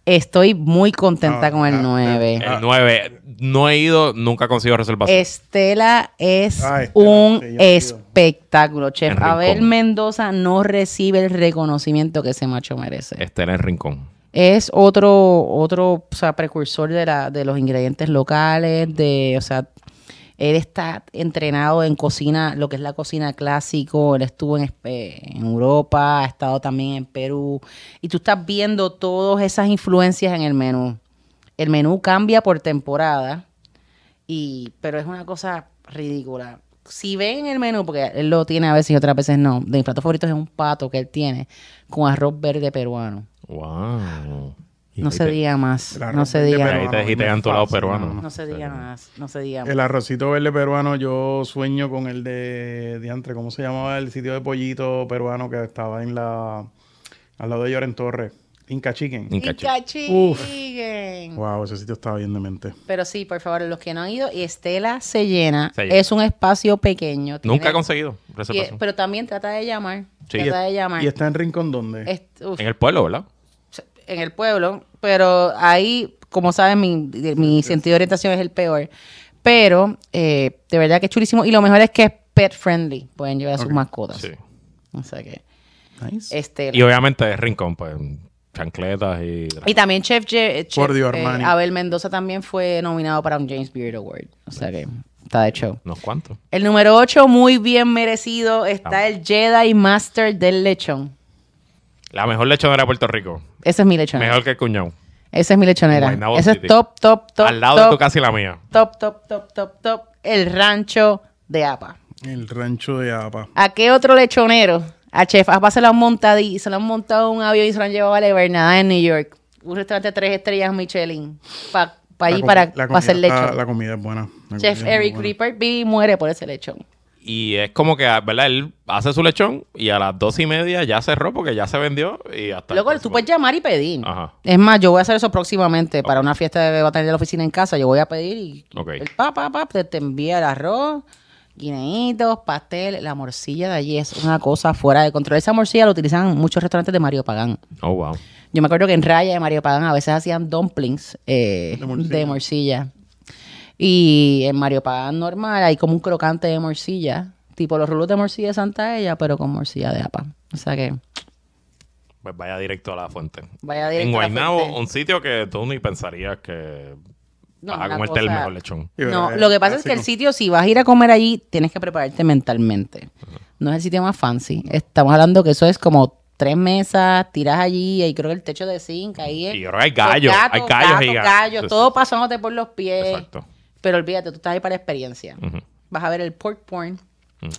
A: Estoy muy contenta
B: Ah,
A: con el
B: ah,
A: 9.
C: El 9. No he ido, nunca he conseguido
A: Eh.
C: reservación.
A: Estela es
B: Ah, Estela,
A: un
B: sí, yo he ido.
A: espectáculo, chef.
C: En
A: Abel
C: Rincón.
A: Mendoza no recibe el reconocimiento que ese macho merece.
C: Estela en Rincón.
A: Es otro, otro o sea, precursor de, la, de los ingredientes locales, de, o sea, él está entrenado en cocina, lo que es la cocina clásico, él estuvo en, Esp- eh, en Europa, ha estado también en Perú, y tú estás viendo todas esas influencias en el menú. El menú cambia por temporada, y, pero es una cosa ridícula. Si ven el menú, porque él lo tiene a veces y otras veces no, de mis platos favoritos es un pato que él tiene con arroz verde peruano.
C: Wow.
A: No se diga más.
B: El arroz
A: No se
B: verde
A: diga.
C: Ahí
B: peruano,
C: te dijiste
B: me
C: Antolao
B: fascina.
C: peruano.
A: No se diga más. No se diga más.
B: El arrocito verde peruano, yo sueño con el de Diantre, ¿cómo se llamaba el sitio de pollito peruano que estaba en la al lado de Lloren Torres? Inca Chicken.
C: Inca
A: Y cachiquen.
B: Wow, ese sitio estaba bien demente.
A: Pero sí, por favor, los que no han ido, y Estela se llena.
C: Se llena.
A: Es un espacio pequeño. tiene-
C: Nunca he conseguido
A: tie-
C: reservación.
A: Pero también trata de llamar.
C: Sí.
A: Trata de llamar.
B: ¿Y está en Rincón dónde?
A: Es- uf,
C: En el pueblo, ¿verdad?
A: en el pueblo, pero ahí, como saben, mi, de- mi sentido de orientación es el peor. Pero eh, de verdad que es chulísimo. Y lo mejor es que es pet friendly. Pueden llevar a sus
B: Ok.
A: mascotas.
C: Sí.
A: O sea que,
B: Nice.
A: Estela.
C: Y obviamente es Rincón, pues chancletas y...
A: Y también Chef, Je- eh, Chef,
B: Por Dios,
A: eh,
B: Armani.
A: Abel Mendoza también fue nominado para un James Beard Award. O sea que está de show.
C: ¿Unos cuantos?
A: El número 8, muy bien merecido, está el Jedi Master del lechón.
C: La mejor lechonera de Puerto Rico.
A: Esa es mi lechonera.
C: Mejor que el cuñado.
A: Esa es mi lechonera.
C: Guaynabo
A: Esa es
C: City.
A: top, top, top.
C: Al lado
A: top,
C: de tu casa y la mía.
A: Top, top, top, top, top. El rancho de APA.
B: El rancho de Apa.
A: ¿A qué otro lechonero? A Chef APA se lo han montado y se lo han montado en un avión y se lo han llevado a la Hibernada en New York. Un restaurante de tres estrellas Michelin. Para
B: La
A: allí,
B: comi-
A: para
B: la
A: pa hacer
B: comida está-
A: lechón.
B: La comida es buena. La
A: Chef
B: comida es muy
A: Eric
B: buena.
A: Ripper vive y muere por ese lechón.
C: Y es como que, ¿verdad? Él hace su lechón y a las dos y media ya cerró porque ya se vendió y hasta... el
A: Luego, tú
C: próximo-
A: puedes llamar y pedir.
C: Ajá.
A: Es más, yo voy a hacer eso próximamente para una fiesta de batalla de la oficina en casa. Yo voy a pedir y
C: Ok.
A: el pa, pa, pa, te, te envía el arroz, guineitos, pastel. La morcilla de allí es una cosa fuera de control. Esa morcilla la utilizan muchos restaurantes de Mario Pagán.
C: Oh, wow.
A: Yo me acuerdo que en Raya de Mario Pagán a veces hacían dumplings eh,
B: De
A: de,
B: morcilla.
A: morcilla. Y en Mario Pagán normal hay como un crocante de morcilla, tipo los rulos de morcilla de Santa Ella, pero con morcilla de apa. O sea que
C: Pues vaya directo a la fuente.
A: Vaya directo
C: En
A: a la
C: Guaynabo,
A: fuente.
C: un sitio que tú ni pensarías que
A: No,
C: vas a
A: una
C: comerte el
A: cosa-
C: mejor lechón.
B: Y,
A: No,
B: ¿verdad?
A: lo que pasa es que el
B: Clásico.
A: sitio, si vas a ir a comer allí, tienes que prepararte mentalmente. No es el sitio más fancy. Estamos hablando que eso es como tres mesas, tiras allí, y creo que el techo de zinc, ahí es.
C: Y ahora hay gallos,
A: Los gatos,
C: hay gallos
A: gatos,
C: gigantes.
A: gallos,
C: Sí,
A: todo pasándote por los pies.
C: Exacto.
A: Pero olvídate, tú estás ahí para la experiencia.
C: Ujú.
A: Vas a ver el pork porn.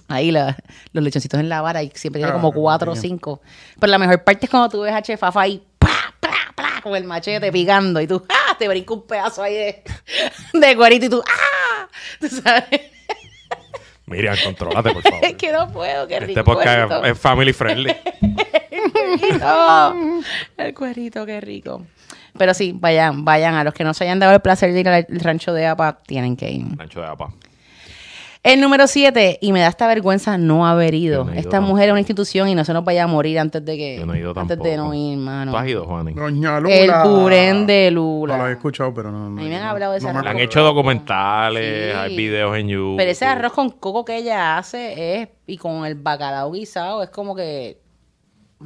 A: Ahí la- los lechoncitos en la vara y siempre tiene como
B: Ah, qué
A: cuatro o
B: maravilla.
A: cinco. Pero la mejor parte es cuando tú ves a Chef Fafa ahí ¡pra, pra, pra! con el machete picando y tú ¡ah! te brinca un pedazo ahí de, de cuerito y tú ¡ah! ¿Tú sabes?
C: Miriam, contrólate, por favor.
A: Es que no puedo, qué rico.
C: este podcast
A: esto.
C: es family friendly.
A: No, el cuerito, qué rico. Pero sí, vayan, vayan. A los que no se hayan dado el placer de ir al rancho de APA, tienen que ir.
C: Rancho de Apa.
A: El número 7, y me da esta vergüenza no haber
C: Yo
A: ido.
C: no he ido
A: Esta
C: tampoco.
A: mujer es una institución y no se nos vaya a morir antes de que.
C: Yo no he ido
A: antes
C: tampoco.
A: de Ah, no ir, mano.
C: ¿Tú has ido, Juani?
B: Doña Lula.
A: El purén de
B: No lo he
A: Lula.
B: escuchado, pero no. no
A: A mí me han hablado de ese
B: no me
A: arroz.
C: Le han
B: acuerdo.
C: hecho documentales,
A: Sí.
C: hay videos en YouTube.
A: Pero ese arroz con coco que ella hace es. Y con el bacalao guisado es como que.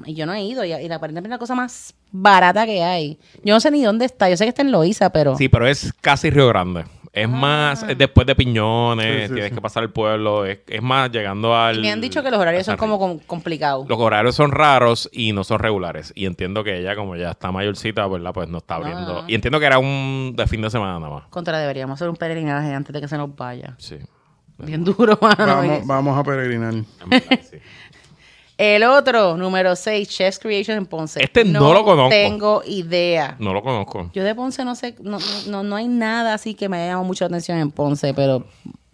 A: Y yo no he ido. Y, y aparentemente es la cosa más barata que hay. Yo no sé ni dónde está. Yo sé que está en Loíza, pero.
C: Sí, pero es casi Río Grande. Es
A: Ah.
C: más, es después de Piñones,
B: Sí, sí,
C: tienes
B: sí.
C: que pasar el pueblo. Es, es más, llegando al.
A: Y me han dicho que los horarios
C: a San
A: son como com- complicados.
C: Los horarios son raros y no son regulares. Y entiendo que ella, como ya está mayorcita, ¿verdad? Pues no está
A: No,
C: abriendo.
A: no, no.
C: Y entiendo que era un de fin de semana nada más.
A: Contra, deberíamos hacer un peregrinaje antes de que se nos vaya.
C: Sí.
A: Bien duro, mano.
B: Vamos, vamos a peregrinar.
C: En verdad, sí.
A: El otro, número 6, Chef's Creation en Ponce.
C: Este no lo conozco.
A: tengo idea.
C: No lo conozco.
A: Yo de Ponce no sé, no, no, no hay nada así que me haya llamado mucho la atención en Ponce, pero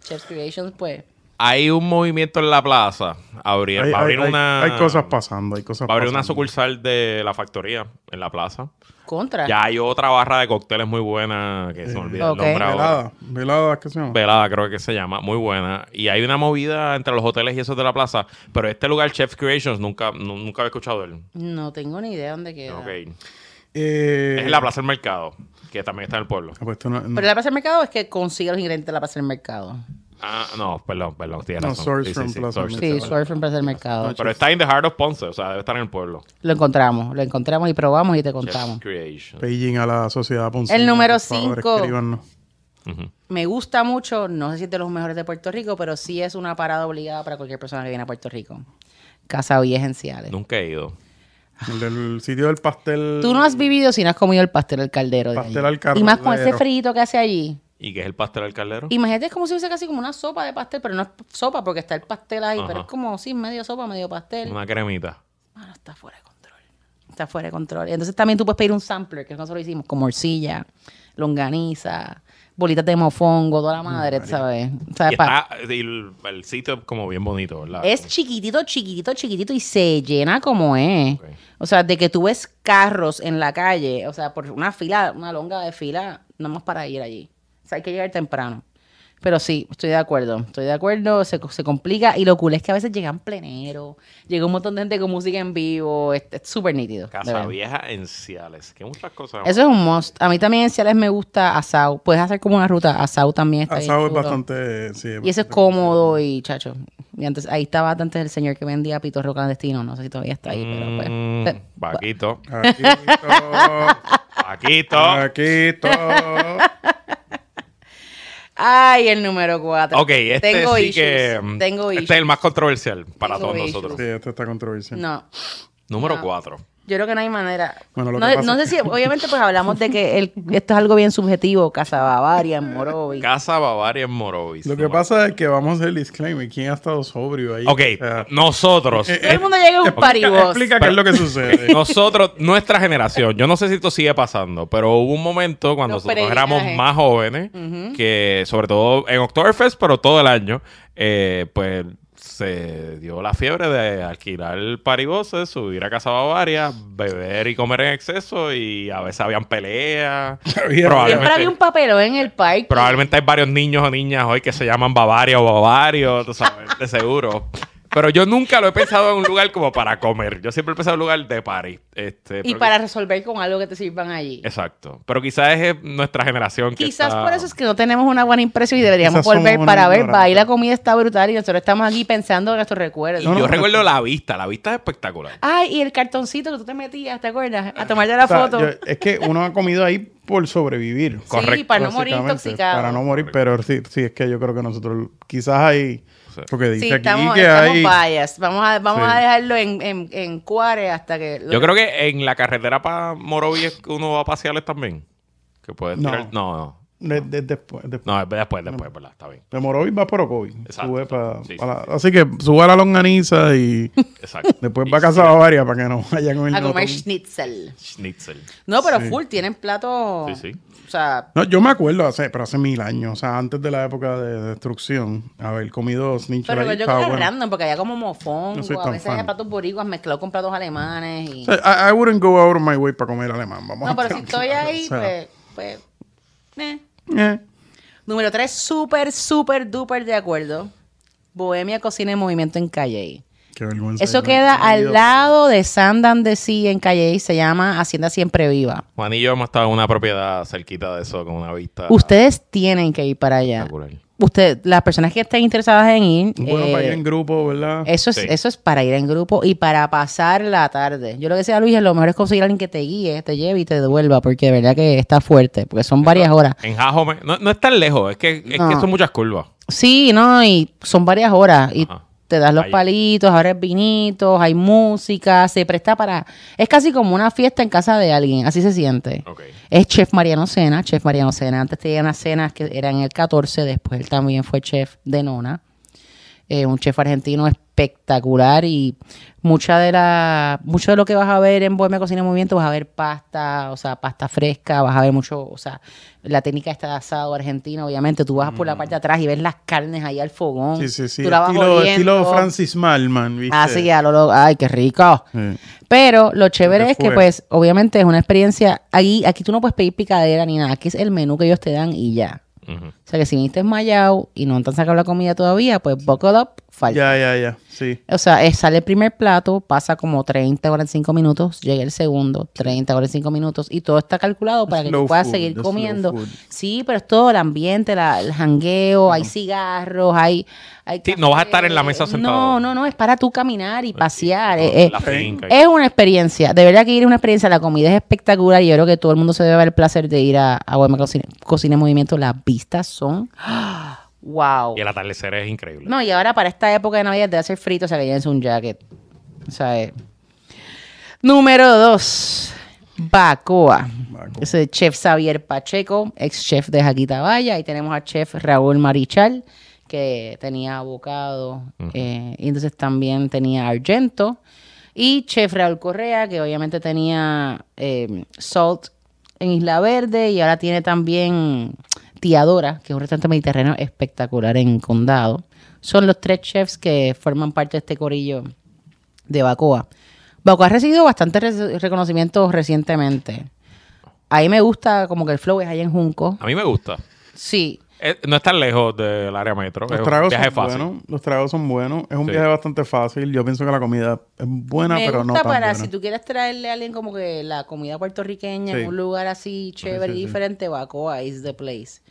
A: Chef's Creations, pues.
C: Hay un movimiento en la plaza. Abrir,
B: Hay,
C: va a abrir
B: hay-
C: una.
B: hay cosas pasando, hay cosas
C: Va a abrir una
B: pasando.
C: sucursal de la factoría en la plaza.
A: Contra.
C: Ya hay otra barra de cócteles muy buena que se me olvidó
A: Ah. Ok.
C: el nombre ahora.
B: Velada, velada, ¿qué se llama?
C: Velada, creo que se llama, muy buena. Y hay una movida entre los hoteles y esos de la plaza, pero este lugar, Chef Creations, nunca, nu- nunca había escuchado de él.
A: No tengo ni idea dónde queda.
C: Ok.
B: Eh,
C: Es en la Plaza del Mercado, que también está en el pueblo.
B: ah, pues esto no- no-
A: Pero la plaza del mercado es que consigue los ingredientes de la plaza del mercado.
C: Ah, no, perdón, perdón, tienes
B: No,
C: razón.
B: Source
C: Sí, sí,
B: from
C: sí,
B: Plaza del
C: Source.
B: Mercado.
A: Sí, surf en plaza del mercado.
C: Pero está en The Heart of Ponce, o sea, debe estar en el pueblo.
A: Lo encontramos, lo encontramos y probamos y te
C: Chef
A: contamos.
C: Creations.
B: Beijing a la sociedad Ponce.
A: El número cinco.
B: escríbanos.
C: Ujú.
A: Me gusta mucho, no sé si es de los mejores de Puerto Rico, pero sí es una parada obligada para cualquier persona que viene a Puerto Rico. Casa Villas en Ciales.
C: Nunca he ido.
B: El del sitio del pastel.
A: Tú no has vivido si no has comido el pastel al caldero. de
B: Pastel
A: allí.
B: al caldero.
A: Y más con ese frito que hace allí.
C: ¿Y qué es el pastel al caldero?
A: Imagínate, es como si fuese casi como una sopa de pastel, pero no es sopa porque está el pastel ahí,
C: Ajá.
A: pero es como, sí, medio sopa, medio pastel.
C: Una cremita.
A: Mano, está fuera de control. Está fuera de control. Entonces también tú puedes pedir un sampler, que nosotros hicimos, con morcilla, longaniza, bolitas de mofongo, toda la madre, tú ¿sabes? O sea,
C: Y ah,
A: pa-
C: está y el, el sitio es como bien bonito, ¿verdad?
A: Es chiquitito, chiquitito, chiquitito y se llena como es.
C: Ok.
A: O sea, de que tú ves carros en la calle, o sea, por una fila, una longa de fila, no más para ir allí. O sea, hay que llegar temprano. Pero sí, estoy de acuerdo, estoy de acuerdo, se, co- se complica y lo cool es que a veces llegan plenero, llega un montón de gente con música en vivo, es es súper nítido. de
C: Casa
A: verdad.
C: Vieja en Ciales. Que muchas cosas.
A: Eso es un must. A mí también en Ciales me gusta Asau. Puedes hacer como una ruta. Asau también está bien
B: Asado es
A: chulo.
B: bastante. Sí,
A: Y eso es cómodo y, chacho. Y antes, ahí estaba antes el señor que vendía pitorro clandestino. No sé si todavía está ahí, pero pues.
C: Mm,
A: pe-
C: Paquito.
B: pues, Paquito.
C: Paquito.
B: Paquito.
A: Ay, el número 4.
C: Ok, este sí
A: issues.
C: que.
A: Tengo
C: este
A: issues.
C: es el más controversial para
A: Tengo
C: todos
A: issues. Ah.
C: nosotros.
B: Sí, esto está controversial.
A: No.
C: Número 4.
A: Yo creo que no hay manera.
B: Bueno, lo
A: no,
B: que pasa
A: no sé
B: es
A: si, obviamente, pues hablamos de que el- esto es algo bien subjetivo, Casa Bavaria, Morovi.
C: Casa Bavaria en Morovis.
B: Lo que pasa es que vamos a hacer el disclaimer. ¿Quién ha estado sobrio ahí?
C: Ok,
B: O sea,
C: nosotros.
B: eh,
C: eh,
A: Todo el mundo llega a un
B: explica,
A: paribos.
B: explica qué es lo que sucede.
C: Nosotros, nuestra generación, yo no sé si esto sigue pasando, pero hubo un momento cuando
A: Los
C: nosotros éramos
A: peregrinajes.
C: más jóvenes, que sobre todo en Oktoberfest, pero todo el año, eh, pues se dio la fiebre de alquilar parigoces, subir a Casa Bavaria, beber y comer en exceso y a veces habían peleas.
B: Había-
A: Siempre había un papelón en el parque.
C: Probablemente hay varios niños o niñas hoy que se llaman Bavaria o Bavario, tú sabes, de seguro. Pero yo nunca lo he pensado en un lugar como para comer. Yo siempre he pensado en un lugar de party. Este,
A: Y
C: pero
A: para resolver con algo que te sirvan allí.
C: Exacto. Pero quizás es nuestra generación que
A: Quizás
C: está-
A: por eso es que no tenemos una buena impresión y deberíamos
B: Quizás somos
A: volver
B: unos
A: para ver.
B: ignorantes.
A: Va, y la comida está brutal y nosotros estamos aquí pensando en nuestros recuerdos.
C: Y
B: No, no.
C: yo recuerdo la vista. La vista es espectacular.
A: Ay, y el cartoncito que tú te metías, ¿te acuerdas? A tomarte la
B: O sea,
A: foto.
B: yo- es que uno ha comido ahí por sobrevivir.
A: sí,
C: correcto,
A: para no morir
B: básicamente,
A: intoxicado.
B: Para no morir, pero sí, sí, es que yo creo que nosotros quizás hay...
C: Sí.
B: Porque dice
A: Sí,
B: aquí
A: estamos,
B: que
A: estamos
B: hay...
A: biased. Vamos a, vamos
B: Sí.
A: a dejarlo en, en, en cuare hasta que...
C: Yo creo que en la carretera para Morovis es que uno va a pasearles también. Que puedes
B: No.
C: tirar... No, no.
B: de- de- después, después.
C: No, es después, después, ¿verdad? Está bien.
B: De Morovis va por Ocovi.
C: Exacto.
B: Sube pa-
C: Sí, sí,
B: pa la- Así que sube a la longaniza y
C: Exacto.
B: después
C: Y
B: va a Casa Bavaria para que no vayan con el
A: a comer
B: notón.
A: schnitzel.
C: Schnitzel.
A: No, pero full, tienen platos...
C: Sí, sí.
A: O sea,
B: No, yo me acuerdo, hace, pero hace mil años, o sea, antes de la época de destrucción, haber comido snitch
A: pero
B: ahí
A: yo creo
B: estaba
A: que es
B: bueno.
A: random porque había como mofongo,
B: No soy
A: a
B: tan
A: veces hay
B: fan.
A: platos boricuas mezclados con platos alemanes y...
B: O sea, I, I wouldn't go out of my way para comer alemán, vamos a
A: No, pero si
B: estar
A: estoy
B: claros,
A: ahí,
B: o sea,
A: pues... pues eh.
B: eh.
A: Número tres, súper, súper, duper de acuerdo. Bohemia Cocina en Movimiento en Calle.
B: Qué vergüenza.
A: Eso
B: Yo no-
A: queda
B: no he
A: al
B: ido.
A: lado de Sandan de Sí en Calle. Se llama Hacienda Siempre Viva.
C: Juan y yo hemos estado en una propiedad cerquita de eso, con una vista...
A: Ustedes tienen que ir para allá.
C: Espectacular.
A: Usted, las personas que estén interesadas en ir,
B: Bueno,
A: eh,
B: para ir en grupo, ¿verdad?
A: eso, es,
C: Sí.
A: eso es para ir en grupo y para pasar la tarde. Yo lo que decía Luis, lo mejor es conseguir a alguien que te guíe, te lleve y te devuelva, porque de verdad que está fuerte, porque son varias horas.
C: En Jajome... No, no es tan lejos. Es que, es
A: No.
C: que son muchas curvas.
A: Sí, no, y son varias horas. Y
C: Ajá.
A: te das los
C: Ahí.
A: palitos, abres vinitos, hay música, se presta para. Es casi como una fiesta en casa de alguien, así se siente.
C: Ok.
A: Es Chef Mariano Cena, Chef Mariano Cena. Antes tenían las cenas que eran el 14, después él también fue chef de Nona. Eh, un chef argentino espectacular y mucha de la, mucho de lo que vas a ver en Bohemia Cocina en Movimiento, vas a ver pasta, o sea, pasta fresca, vas a ver mucho, o sea, la técnica está de asado argentino, obviamente. Tú vas por la parte de atrás y ves las carnes ahí al fogón.
B: Mm. Sí, sí, sí.
A: Tú la vas
B: Estilo, estilo
A: oliendo. Ah,
B: Francis Malman, ¿viste?
A: Así, a lo, lo- ay, qué rico.
B: Sí.
A: Pero lo chévere
B: Qué
A: es que,
B: fuerte.
A: pues, obviamente es una experiencia. Aquí, aquí tú no puedes pedir picadera ni nada. Aquí es el menú que ellos te dan y ya.
C: Ujú.
A: O sea, que si viniste Mayao y no te han sacado la comida todavía, pues buckle up, falta.
B: Ya, ya, ya. Sí.
A: O sea, eh, sale el primer plato, pasa como 30, 45 minutos, llega el segundo, 30, 45 minutos, y todo está calculado para que tú
B: slow
A: puedas
B: food,
A: seguir
B: es
A: comiendo.
B: slow food.
A: Sí, pero es todo el ambiente, la- el jangueo, hay cigarros, hay... hay
C: Sí, no vas a estar en la mesa
A: café.
C: sentado.
A: No, no, no, es para tú caminar y pasear. eh, eh,
C: La finca.
A: es una experiencia, de verdad que ir es una experiencia, la comida es espectacular y yo creo que todo el mundo se debe dar el placer de ir a, a Guaymas Cocina, Cocina en Movimiento, las vistas son... ¡ah! ¡Wow!
C: Y el atardecer es increíble.
A: No, y ahora para esta época de Navidad te hacer frito, o sea que llévense un jacket. O sea, eh. Número dos, Bacoa.
B: Bacoa.
A: Ese es chef Xavier Pacheco, ex chef de Jaquita Valla. Ahí tenemos al chef Raúl Marichal, que tenía abocado. eh, y entonces también tenía Argento. Y chef Raúl Correa, que obviamente tenía eh, Salt en Isla Verde. Y ahora tiene también Tiadora, que es un restaurante mediterráneo espectacular en Condado. Son los tres chefs que forman parte de este corillo de Bacoa. Bacoa ha recibido bastantes re- reconocimientos recientemente. A mí me gusta como que el flow es allá en Junco.
C: A mí me gusta.
A: Sí.
C: Eh, no es tan lejos del área metro. Es
B: Los
C: un
B: tragos,
C: viaje
B: son
C: fácil.
B: buenos, los tragos son buenos. Es un
C: Sí.
B: viaje bastante fácil. Yo pienso que la comida es buena,
A: me
B: pero
A: gusta
B: no tan
A: para
B: buena.
A: si tú quieres traerle a alguien como que la comida puertorriqueña
B: Sí.
A: en un lugar así chévere
B: sí,
A: y
B: sí.
A: diferente, Bacoa is the place.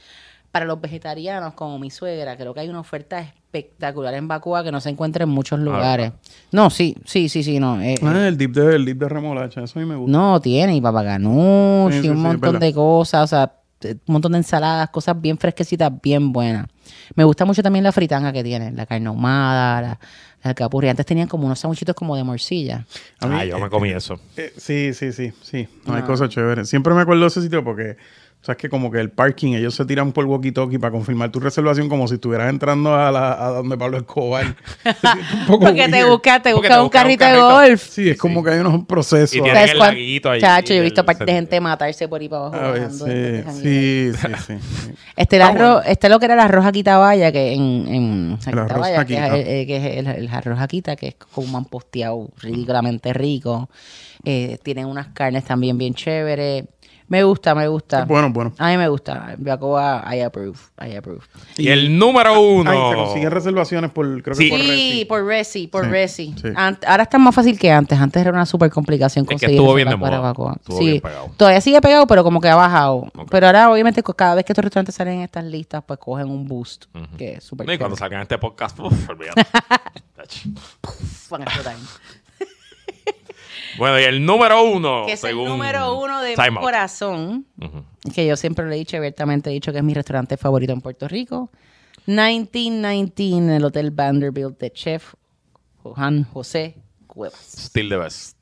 A: Para los vegetarianos, como mi suegra, creo que hay una oferta espectacular en Bacoa que no se encuentra en muchos lugares. No, sí, sí, sí, sí, no. eh, eh,
B: Ah, el dip de, el dip de remolacha. Eso a mí me gusta.
A: No, tiene, y papaganush,
B: Sí, sí,
A: y un
B: sí, es
A: montón
B: verdad.
A: de cosas. O sea, eh, un montón de ensaladas, cosas bien fresquecitas, bien buenas. Me gusta mucho también la fritanga que tienen, la carne ahumada, la, la alcapurria. Antes tenían como unos sanguchitos como de morcilla.
B: A mí,
C: Ah, yo me comí eso.
B: Eh, sí, sí, sí, sí. No
A: Ah.
B: hay cosas chéveres. Siempre me acuerdo de ese sitio porque, sabes que como que el parking, ellos se tiran por el walkie-talkie para confirmar tu reservación como si estuvieras entrando a, la, a donde Pablo Escobar. Un poco
A: Porque te
B: weird.
A: busca, te
C: Porque
A: busca
C: te
A: un
C: busca un
A: carrito de
C: carrito.
A: golf.
B: Sí, es como que hay unos procesos.
C: Y
B: ahí.
C: tienen
A: ¿Sabes
C: el
A: cuán-
C: laguito ahí,
A: Chacho, yo he visto
C: el
A: parte de
C: centro.
A: gente matarse por ahí para abajo.
B: A ver,
A: bajando de este jangueo.
B: sí, sí, sí, sí.
A: Este, el
B: Ah,
A: arroz, este lo que era el arroz aquitabaya, que en, en
B: El arroz ah.
A: Aquitabaya, que, es,
B: Akita.
A: eh, eh, que es el, el arroz aquita, que es como un posteado ridículamente rico. Eh, tienen unas carnes también bien chéveres. Me gusta, me gusta.
B: Es bueno, bueno.
A: A mí me gusta. Bacoa, I approve, I approve.
C: Y el número uno.
B: Ay, se consiguen reservaciones por, creo que
C: Sí.
B: por
A: Sí,
B: Resi.
A: por Resi, por
B: Sí,
A: Resi.
B: sí.
A: Ant- ahora está más fácil que antes. Antes era una súper complicación
C: Es que
A: conseguir
C: estuvo
A: esa
C: bien de
A: vacua-
C: moda.
A: vacua.
C: Estuvo
A: Sí.
C: bien pegado.
A: Todavía sigue pegado, pero como que ha bajado. Pero ahora, obviamente, co- cada vez que estos restaurantes salen en estas listas, pues cogen un boost. Que es súper
C: No, y cuando
A: chévere.
C: salgan este podcast, uf, olvídate. Chacho.
A: Van a explotar.
C: bueno, y el número uno.
A: que es
C: según
A: el número uno de
C: Time
A: mi
C: Out.
A: corazón.
C: Ujú.
A: Que yo siempre lo he dicho, abiertamente he dicho que es mi restaurante favorito en Puerto Rico. 1919, el Hotel Vanderbilt de Chef Juan José Cuevas.
C: Still the best.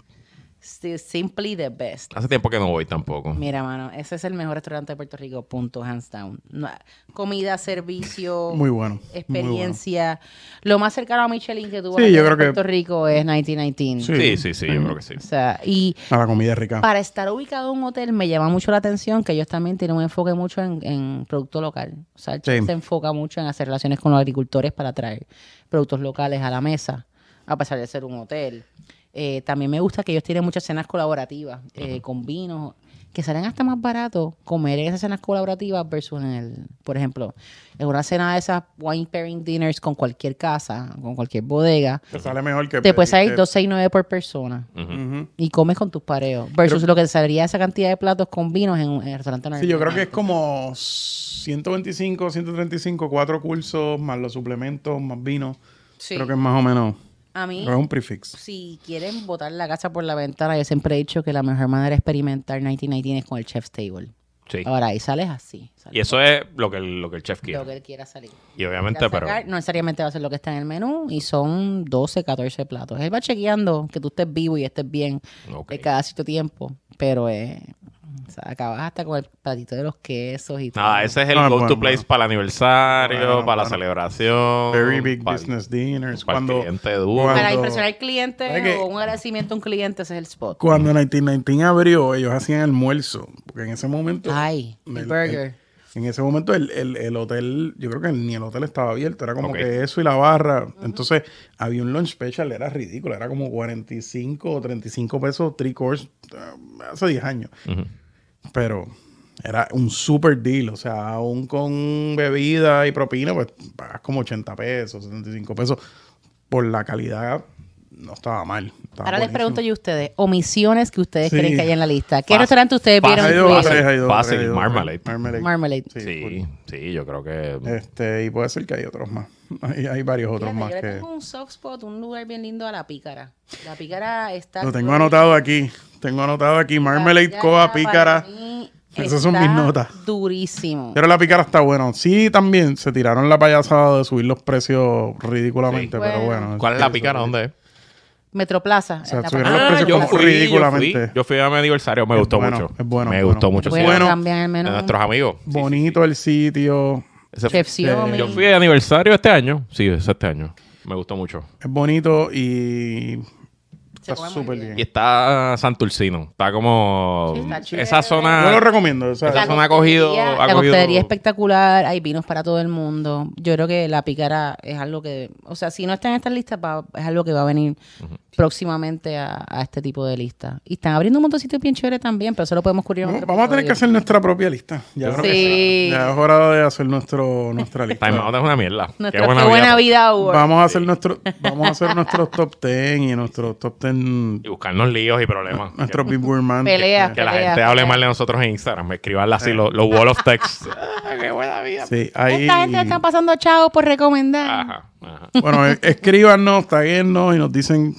A: Still simply the best.
C: Hace tiempo que no voy tampoco.
A: Mira, mano, ese es el mejor restaurante de Puerto Rico, punto, hands down. No, comida, servicio,
B: Muy bueno. muy bueno.
A: experiencia. Lo más cercano a Michelin que tuvo
B: Sí,
A: la
B: yo
A: gente de
B: creo que-
A: Puerto Rico es 1919.
B: Sí.
C: Sí, sí, sí, yo creo que sí.
A: O sea, y
B: A la comida es rica.
A: para estar ubicado en un hotel me llama mucho la atención que ellos también tienen un enfoque mucho en, en producto local. O sea, el chef
B: Sí.
A: se enfoca mucho en hacer relaciones con los agricultores para traer productos locales a la mesa, a pesar de ser un hotel. Eh, también me gusta que ellos tienen muchas cenas colaborativas eh, con vinos que salen hasta más barato comer en esas cenas colaborativas versus en el, por ejemplo, en una cena de esas wine pairing dinners con cualquier casa, con cualquier bodega,
B: Te sale mejor que...
A: te puede salir
B: que-
A: 269 por persona
B: Ujú.
A: y comes con tus pareos versus
B: Pero-
A: lo que saldría esa cantidad de platos con vinos en, un- en el restaurante
B: Sí, yo creo que es
A: norteamericano.
B: como 125, 135, cuatro cursos, más los suplementos, más vino.
A: Sí.
B: Creo que es más o menos...
A: a mí
B: creo que Es un prefix.
A: si quieren botar la casa por la ventana yo siempre he dicho que la mejor manera de experimentar 1919 es con el chef's table
C: Sí.
A: ahora ahí sales así sales
C: Y eso es lo que el, lo que el chef quiere.
A: lo que él quiera salir
C: Y
A: Quiera
C: obviamente, pero.
A: sacar, no necesariamente va a ser lo que está en el menú y son 12, 14 platos él va chequeando que tú estés vivo y estés bien
C: Ok.
A: eh, cada cierto tiempo pero eh, o sea, acabas hasta con el platito de los quesos y
B: Ah,
A: todo.
C: Nada, ese es el
B: No, es
C: go-to
B: bueno,
C: place
B: bueno.
C: para el aniversario,
B: Bueno,
C: para la
B: bueno.
C: celebración.
B: Very big
C: para el-
B: business dinners.
C: para el
B: Cuando,
C: cliente duro.
B: cuando-
A: Para impresionar al cliente
B: ¿Sabes qué?
A: o un agradecimiento a un cliente, ese es el spot.
B: Cuando 1919 abrió, ellos hacían almuerzo. Porque en ese momento...
A: Ay, el,
B: el-
A: burger.
B: En ese momento el, el- el hotel, yo creo que ni el hotel estaba abierto, era como
C: Ok.
B: que eso y la barra. Entonces había un lunch special, era ridículo, era como 45 o 35 pesos, three course, ah, hace 10 años.
C: Ujú.
B: Pero era un super deal, o sea, aún con bebida y propina, pues pagas como 80 pesos, 75 pesos. Por la calidad no estaba mal. estaba
A: Ahora les
B: buenísimo.
A: pregunto yo a ustedes, omisiones que ustedes
B: Sí.
A: creen que hay en la lista. ¿Qué
C: Fácil.
A: restaurante ustedes
C: Fácil.
A: vieron
B: Hay dos,
A: incluido?
B: tres, hay dos,
C: Fácil,
B: tres, hay dos.
C: Marmalade.
B: Marmalade.
A: Marmalade.
B: Sí,
C: Sí, sí, yo creo
B: full.
C: que.
B: Este, y puede ser que hay otros más. Hay, hay varios otros
A: Fíjate,
B: más
A: yo le
B: que...
A: tengo un soft spot, un lugar bien lindo a la pícara. La pícara está.
B: Lo tengo anotado aquí. Tengo anotado aquí. Marmalade, Coa, Pícara. Esas son mis notas.
A: Durísimo.
B: Pero la pícara está buena. Sí, también se tiraron la payasada de subir los precios ridículamente,
A: Sí.
B: pero
A: Bueno.
B: bueno.
C: ¿Cuál es la pica? ¿Dónde es?
A: Metroplaza.
B: sea,
A: está
B: subieron
A: para-
B: los precios
A: Ah, yo
B: como-
A: fui.
B: ridículamente.
C: Yo Ah, fui, yo fui a mi aniversario, me
B: Es
C: gustó
B: bueno,
C: mucho.
B: es bueno,
C: me
B: es
C: gustó
B: bueno.
C: mucho.
A: Voy a
C: sí.
B: Bueno.
A: cambiar el menú.
C: de nuestros amigos.
B: Bonito el sitio.
C: Ese-
A: Chef Xiaomi.
C: yo fui de aniversario este año. Sí, es este año. Me gustó mucho.
B: Es bonito y está
A: come muy
B: súper
A: bien.
B: bien.
C: Y está Santurcino. Está como.
A: Sí, está
C: esa
A: chévere.
B: Yo lo
C: zona.
B: recomiendo. o sea,
C: Esa
A: La
C: zona ha cogido-
A: coctelería-
C: ha
A: la
C: cogido-
A: coctelería espectacular, hay vinos para todo el mundo. Yo creo que la pícara es algo que, o sea, si no está en estas listas, va- es algo que va a venir próximamente a, a este tipo de listas. Y están abriendo un montón de sitios bien chéveres también, pero eso lo podemos cubrir en
B: vamos-
A: otro
B: Vamos a tener que
A: episodio.
B: hacer nuestra propia lista. Ya, creo
C: Yo
A: creo
B: que
A: que sí.
B: ya es hora de hacer nuestro, nuestra lista.
C: Time Out es una mierda.
A: Nuestro Qué buena, vida, Award.
B: Vamos a hacer nuestro, vamos a hacer nuestros top 10 y nuestros top 10
C: Y buscarnos líos y problemas.
B: nuestros Big Gourmand.
A: Peleas.
C: Que la
A: Pelea,
C: gente hable
A: pelea.
C: mal de nosotros en Instagram. Me escriban así los, los wall of text. Ah, ¡Qué buena vida!
B: Sí, ahí.
A: Esta gente está pasando chavo por recomendar.
C: Ajá, ajá.
B: Bueno, e- escríbanos, taguennos y nos dicen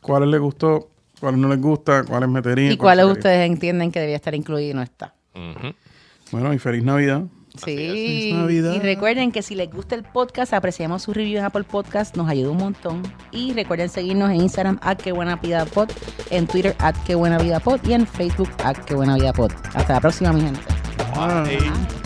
B: cuáles les gustó, cuáles no les gusta, cuáles meterían.
A: ¿Y cuáles
B: sacarían.
A: ustedes entienden que debía estar incluido y no está?
C: Ujú.
B: Bueno, y feliz Navidad.
A: Sí.
B: es Navidad.
A: Y recuerden que si les gusta el podcast, apreciamos su review en Apple Podcast, nos ayuda un montón. Y recuerden seguirnos en Instagram a que buena vida pod, en Twitter a que buena vida pod y en Facebook a que buena vida pod. Hasta la próxima, mi gente.
B: Ah.
C: Ay.